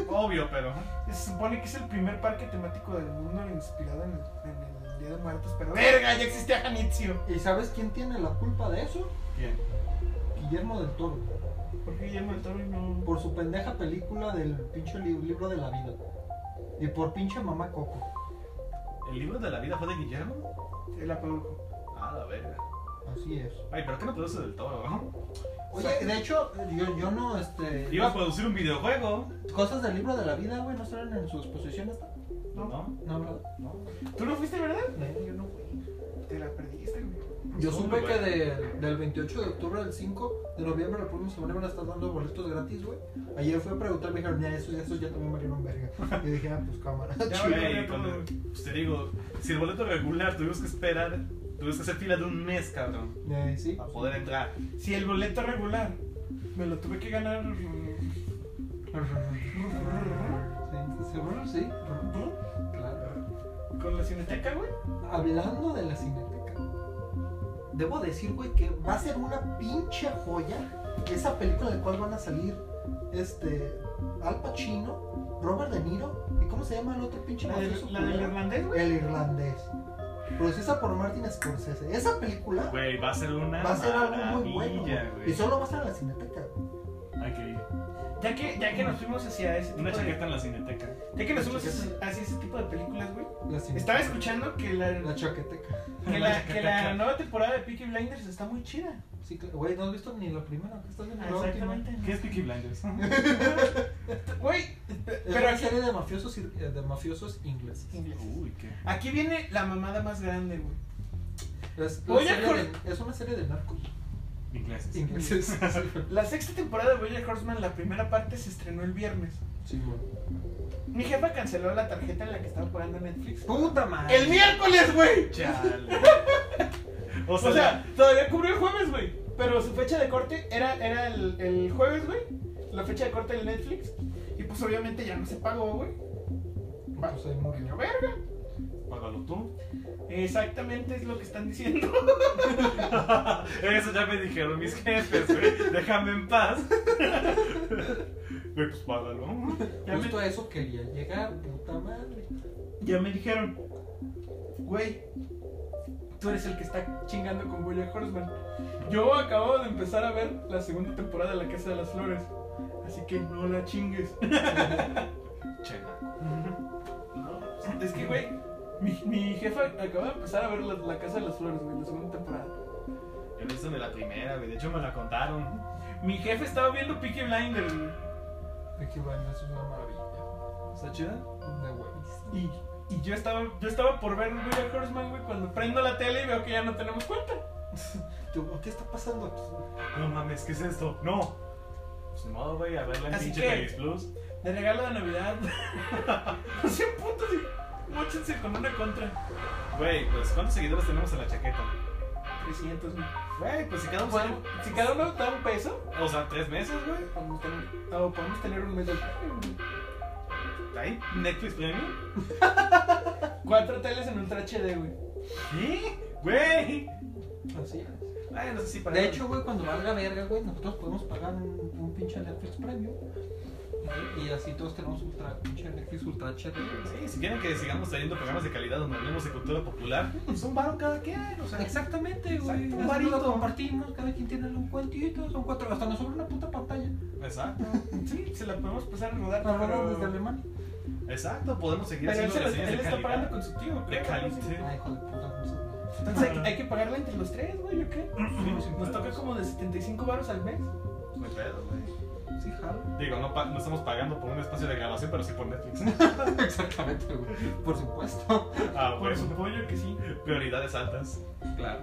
C: Obvio, pero.
B: Se supone que es el primer parque temático del mundo inspirado en el, en el Día de Muertos, pero ¡verga! Ya existía Janitzio.
D: ¿Y sabes quién tiene la culpa de eso?
C: Bien.
D: Guillermo del Toro.
B: ¿Por qué Guillermo del Toro y no...?
D: Por su pendeja película del pinche li- libro de la vida. Y por pinche mamá Coco.
C: ¿El libro de la vida fue de Guillermo?
B: El apaujo.
C: Ah, la verga.
D: Así es.
C: Ay, pero ¿qué no produce del todo, no?
D: Oye, de hecho, yo, yo no, este...
C: Iba a producir un videojuego.
D: Cosas del libro de la vida, güey, no salen en sus posiciones.
C: ¿No?
D: No, ¿verdad?
B: ¿Tú no fuiste, verdad?
D: No.
B: Yo no fui. Te la perdiste, güey.
D: Yo
C: Son
D: supe
C: muy
D: que
C: buenas.
D: del, del 28 de octubre al 5 de noviembre la próxima semana van a estar dando boletos gratis, güey. Ayer fui a preguntar, me dijeron, ya, esos, esos ya también valieron verga. Y dije, ah, pues cámara.
B: Ya
C: Güey,
B: valió verga todo,
C: cuando-
B: güey.
C: Pues te digo, si el boleto regular tuvimos que esperar, tuvimos que hacer fila de un mes, cabrón,
D: Eh, sí.
C: para poder entrar.
B: Si el boleto regular me lo tuve que ganar... mm,
D: Sí, seguro sí. Claro.
B: Con la cineteca, güey.
D: Hablando de la cineteca, debo decir, güey, que va a ser una pinche joya esa película en la cual van a salir este Al Pacino, Robert De Niro y ¿cómo se llama el otro pinche
B: La, del-
D: mafioso
B: la del
D: culero?
B: irlandés, güey.
D: El irlandés. Producida por Martin Scorsese. Esa película
C: Güey, va a ser una
D: va a ser algo muy bueno.
C: maravilla,
D: güey. Y
C: güey.
D: solo va a estar en la cineteca. güey.
C: Hay que ir.
B: Ya que, ya que nos fuimos hacia ese tipo
C: Una
B: de-
C: chaqueta en la cineteca.
B: Ya que nos fuimos
D: Chaqueta.
B: hacia ese tipo de películas, güey.
D: La cineteca.
B: Estaba escuchando que la,
D: La chaqueteca.
B: que la, que la nueva temporada de Peaky Blinders está muy chida.
D: Sí, claro. Güey, no has visto ni la primera. ¿Qué estás viendo la última?
B: Exactamente.
C: ¿Qué es Peaky Blinders?
B: Güey,
D: Es
B: Pero
D: una
B: aquí-
D: serie de mafiosos, ir- eh, de mafiosos ingleses.
B: inglés.
C: Uy, qué.
B: Aquí viene la mamada más grande, güey.
D: Es, la
B: Voy a
D: serie
B: cor-
D: de- es una serie de narcos
C: Ingleses.
D: ingleses.
B: La sexta temporada de Bojack Horseman, la primera parte, se estrenó el viernes.
D: Sí, güey.
B: Mi jefa canceló la tarjeta en la que estaba pagando Netflix.
D: Puta madre.
B: ¡El miércoles, güey!
C: Chale. O sea,
B: O sea, todavía cubrió el jueves, güey. Pero su fecha de corte era, era el, el jueves, güey. La fecha de corte del Netflix. Y pues obviamente ya no se pagó, güey.
E: Pues ahí
B: Valió
E: murió.
B: verga.
C: págalo tú.
B: Exactamente es lo que están diciendo.
C: Eso ya me dijeron mis jefes, güey. Déjame en paz. Güey, pues págalo.
B: Ya me,
E: Justo a eso quería llegar, puta madre.
B: ya me dijeron, güey, tú eres el que está chingando con William Horseman. Yo acabo de empezar a ver la segunda temporada de La Casa de las Flores. Así que no la chingues.
C: Chena.
B: Es que, güey, mi, mi jefa acaba de empezar a ver la, la Casa de las Flores, güey, la segunda temporada.
C: Yo lo hice de la primera, güey. De hecho, me la contaron.
B: Mi jefe estaba viendo Peaky Blinders, güey.
E: Peaky Blinders es una maravilla.
C: ¿Está chida?
E: De huevos.
B: Y, y yo, estaba, yo estaba por ver William Horseman, güey, cuando prendo la tele y veo que ya no tenemos cuenta.
D: Yo, ¿Qué está pasando aquí?
C: No mames, ¿qué es esto? ¡No! Pues ni modo, güey, a verla en
B: Así
C: pinche
B: que-
C: Feliz Plus.
B: De regalo de Navidad. Por 100 puntos y mochense con una contra.
C: Güey, pues ¿cuántos seguidores tenemos en la chaqueta?
B: 300, güey.
C: Güey, pues si cada uno.
B: Bueno, si cada uno da un peso,
C: O sea, tres meses, güey.
B: podemos tener, o podemos tener un mes de
C: Ahí, Netflix Premium.
B: Cuatro teles en Ultra HD, güey.
C: ¿Qué? Güey.
E: Así es.
C: Ay, no sé si para.
E: De hecho, güey, cuando valga verga, güey, nosotros podemos pagar un, un pinche Netflix Premium. Y así todos tenemos ultra pinche Netflix Ultra HD.
C: Sí, si quieren que sigamos trayendo programas de calidad donde hablemos de cultura popular, pues un varo cada que hay, o sea.
E: Exactamente, güey.
C: Exacto, un
E: Así
C: varito.
E: lo compartimos, cada quien tiene un cuentito, son cuatro, hasta nos sobra una puta pantalla.
C: Exacto.
B: Sí, se la podemos pasar a rodar.
E: Nos
B: pero-
E: robamos desde Alemania.
C: Exacto, podemos seguir
B: Pero él,
C: haciendo
B: se las-
C: reseñas
B: él
C: de
B: está pagando
C: calidad.
B: con su tío,
C: De
B: creo.
C: calidad.
E: Ay, Ah, hijo de puta, no sé.
B: Entonces hay, que- hay que pagarla entre los tres, güey, ¿o qué?
C: Sí, sin
B: Nos
C: pedos.
B: toca como de 75 baros al mes.
C: No hay pedo, güey.
E: Sí, jalo.
C: Digo, no, pa- no estamos pagando por un espacio de grabación, pero sí por Netflix.
E: Exactamente, güey. Por supuesto.
C: ah,
B: Por
C: güey.
B: su pollo que sí.
C: Prioridades altas.
E: Claro.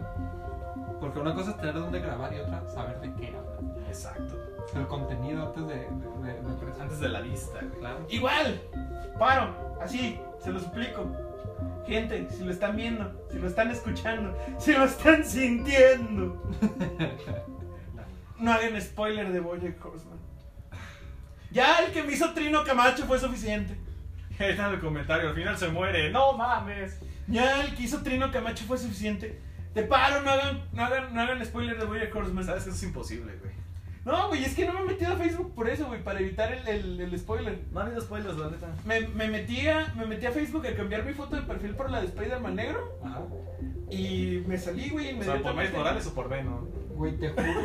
E: Porque una cosa es tener dónde grabar y otra saber de qué hablar.
C: Exacto.
E: El contenido antes de, de, de, de presentar.
C: Antes de la vista, güey.
E: Claro.
B: Igual, paro, así, se lo suplico. Gente, si lo están viendo, si lo están escuchando, si lo están sintiendo. No hagan spoiler de Bojack Horseman. Ya el que me hizo Trino Camacho fue suficiente.
C: Ahí está en el comentario, al final se muere. ¡No mames!
B: Ya el que hizo Trino Camacho fue suficiente. Te paro, no hagan, no hagan, no hagan spoiler de Bojack Horseman.
C: Sabes que eso es imposible, güey.
B: No, güey, es que no me he metido a Facebook por eso, güey, para evitar el, el- el spoiler.
C: No ha habido spoilers, la neta.
B: Me, me, metí a, me metí a Facebook a cambiar mi foto de perfil por la de Spider-Man negro.
C: Ajá.
B: Y me salí, güey,
C: O sea, por Miles
B: inmediatamente.
C: Morales o por Venom.
E: Güey, te juro.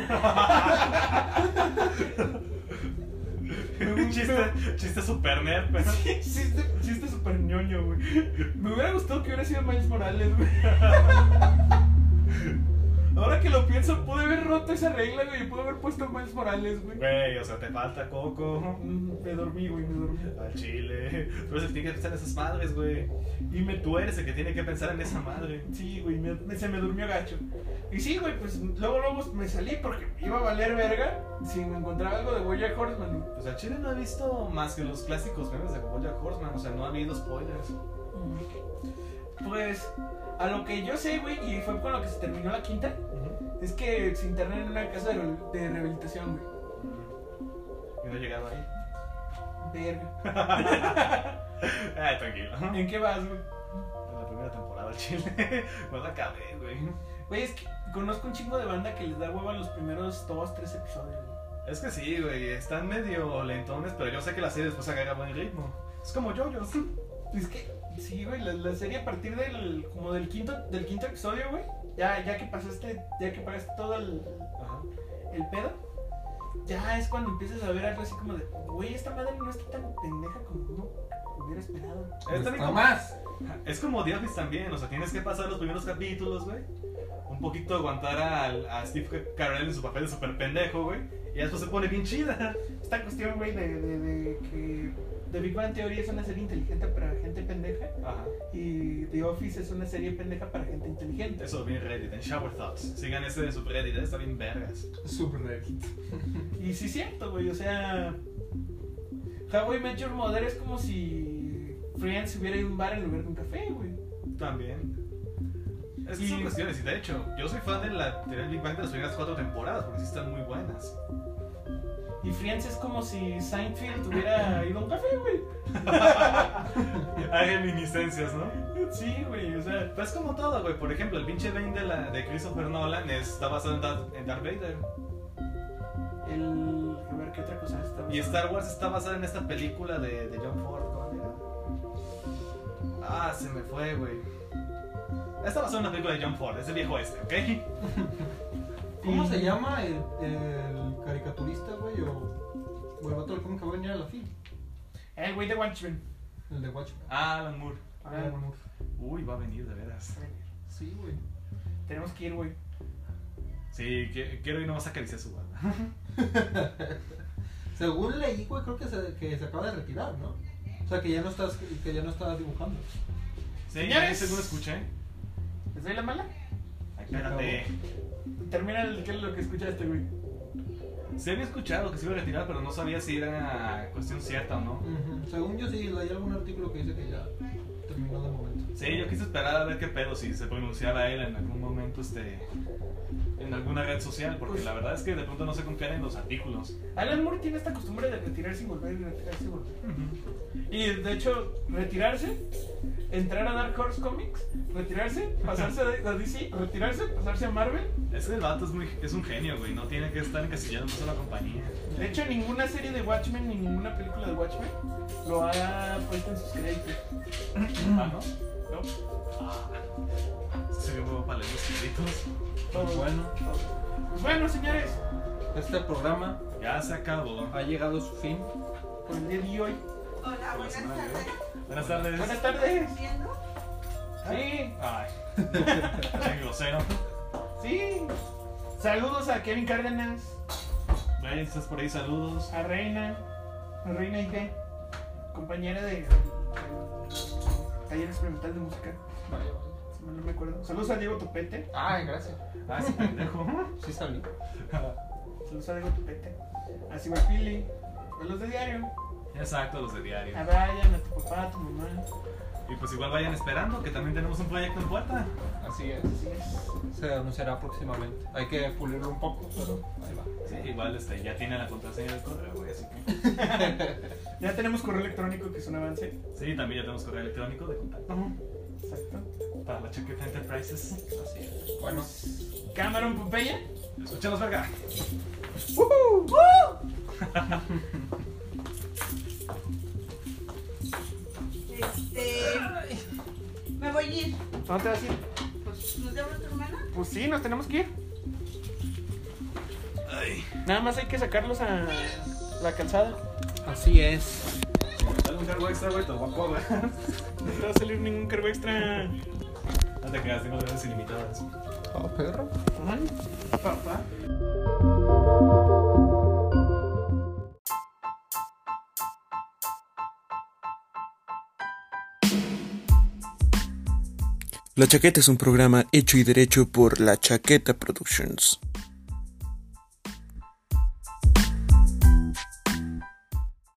C: chiste, chiste super nerd, pero.
B: Chiste, chiste súper ñoño, güey. Me hubiera gustado que hubiera sido Miles Morales, güey. Ahora que lo pienso, pude haber roto esa regla, güey. y Pude haber puesto Miles Morales, güey.
C: Güey, o sea, te falta coco.
B: Mm, Me dormí, güey, me dormí.
C: Al chile. Tú eres el que tiene que pensar en esas madres, güey. Y me tú eres el que tiene que pensar en esa madre.
B: Sí, güey, me- me- se me durmió gacho. Y sí, güey, pues luego, luego me salí porque iba a valer verga si me encontraba algo de Boya Horseman. güey.
C: Pues al chile no he visto más que los clásicos memes de Bojack Horseman. O sea, no ha habido spoilers.
B: Pues, a lo que yo sé, güey, y fue con lo que se terminó la quinta, es que se internan en una casa de, de rehabilitación, güey.
C: Y no he llegado ahí.
B: Verga.
C: Ay, tranquilo. En
B: ¿En qué vas, güey?
C: la primera temporada al chile. No la acabé, güey.
B: Güey, es que conozco un chingo de banda que les da hueva los primeros dos, tres episodios, güey.
C: Es que sí, güey, están medio lentones, pero yo sé que la serie después agarra buen ritmo. Es como yoyos.
B: Es que, sí, güey, la, la serie a partir del, como del quinto, del quinto episodio, güey, ya, ya que pasaste, ya que pagaste todo el,
C: Ajá.
B: el pedo, ya es cuando empiezas a ver algo así como de, güey, esta madre no está tan pendeja como uno hubiera esperado.
C: Es,
E: Está
C: también como,
E: más.
C: es como The Office también, o sea, tienes que pasar los primeros capítulos, güey. Un poquito aguantar al- a, Steve Carell en su papel de súper pendejo, güey. Y después se pone bien chida.
B: Esta cuestión, güey, de, de, de que The Big Bang Theory es una serie inteligente para gente pendeja
C: Ajá.
B: y The Office es una serie pendeja para gente inteligente.
C: Eso lo vi en Reddit, en Shower Thoughts. Sigan ese de subreddit, eh, está bien vergas.
E: Subreddit.
B: Y sí es cierto, güey, o sea, How I Met Your Mother es como si Friends hubiera ido a un bar en lugar de un café, güey.
C: También. Es que
B: Y-
C: son cuestiones, y de hecho, yo soy fan de la teoría del Big Bang de las primeras cuatro temporadas, porque sí están muy buenas.
B: Y Friends es como si Seinfeld hubiera ido a un café, güey.
C: Hay reminiscencias, ¿no?
B: Sí, güey, o sea.
C: Pero pues es como todo, güey. Por ejemplo, el pinche Bane de, la, de Christopher Nolan está basado en Darth, en Darth Vader.
B: El. A ver, ¿qué otra cosa está?
C: Y Star Wars está basada en esta película de, de John Ford. ¿Cómo era? Ah, se me fue, güey. Está basada en una película de John Ford, es el viejo este, ¿ok?
E: ¿Cómo se llama el, el caricaturista, güey? O, o el vato del cómic que va a venir a la fila.
B: El Eh, güey de Watchmen.
E: El de Watchmen.
C: Ah, Alan Moore.
E: Ah, no, no.
C: Uy, va a venir, de veras.
E: Sí, güey.
B: Tenemos que ir, güey.
C: Sí, que- quiero ir nomás a acariciar su barba.
E: Según leí, güey, creo que se, que se acaba de retirar, ¿no? O sea, que ya no estás, que ya no estás dibujando.
C: Sí,
B: Señores.
C: según escuché.
B: ¿Les doy la mala?
C: Ay,
E: espérate.
B: Termina el, ¿qué es lo que escuchaste, güey.
C: Se había escuchado que se iba a retirar, pero no sabía si era cuestión cierta o no.
E: Ujú. Según yo sí, leí algún artículo que dice que ya terminó de momento.
C: Sí, yo quise esperar a ver qué pedo, si se pronunciaba él en algún momento, este... En alguna red social,
B: Pues
C: porque la verdad es que de pronto no se confían en los artículos.
B: Alan Moore tiene esta costumbre de retirarse y volver y retirarse y volver. Y de hecho, retirarse, entrar a Dark Horse Comics, retirarse, pasarse a a DC, retirarse, pasarse a Marvel.
C: Es que el vato es, muy, es un genio, güey. No tiene que estar encasillado en una sola compañía.
B: De hecho, ninguna serie de Watchmen ni ninguna película de Watchmen lo ha puesto en sus créditos. Mm.
C: Ah, ¿no?
B: No, Pues
C: Es que Se vio como para leer los escritos.
B: todo.
E: Bueno,
B: Pues bueno, señores,
E: este programa
C: Ya se acabó.
E: ha llegado a su fin.
B: por el día de hoy.
F: Hola, buenas tardes.
C: Buenas tardes.
B: Buenas tardes.
F: ¿Estás viendo?
B: Sí,
C: Ay. Qué grosero.
B: sí. Saludos a Kevin Cárdenas,
C: Güey, estás por ahí, saludos.
B: a Reina, a Reina Ige, compañera de del Taller Experimental de Música,
E: Vale, vale.
B: si mal no me acuerdo. Saludos a Diego Topete.
E: Ah, gracias.
C: Ah, ese pendejo.
E: Sí salí.
B: Saludos a Diego Topete. A Ciberpili. A los de diario.
C: Exacto, los de diario.
B: A Brian, a tu papá, a tu mamá.
C: Y pues igual vayan esperando, que también tenemos un proyecto en puerta.
E: Así es.
B: Así es.
E: Se anunciará próximamente. Hay que pulirlo un poco, pero ahí va.
C: Sí, igual este, ya tiene la contraseña del correo, güey, así que...
B: Ya tenemos correo electrónico que es un avance.
C: Sí, también ya tenemos correo electrónico de contacto
B: Exacto.
C: para la chaqueta Enterprises.
E: Así es. Bueno.
C: Pues,
B: Cameron Pompeya.
C: Escuchamos, verga.
F: Este. Me voy a ir.
B: ¿Dónde te vas a ir?
F: Pues, ¿Nos vemos tu hermana?
B: Pues sí, nos tenemos que ir. Nada más hay que sacarlos a la calzada.
E: Así es.
C: Dale un cargo extra, güey, te lo voy a cobrar.
B: No te va a salir ningún cargo extra.
C: No te creas, tengo redes ilimitadas.
E: Oh, perro.
B: Papá.
A: La Chaqueta es un programa hecho y derecho por La Chaqueta Productions.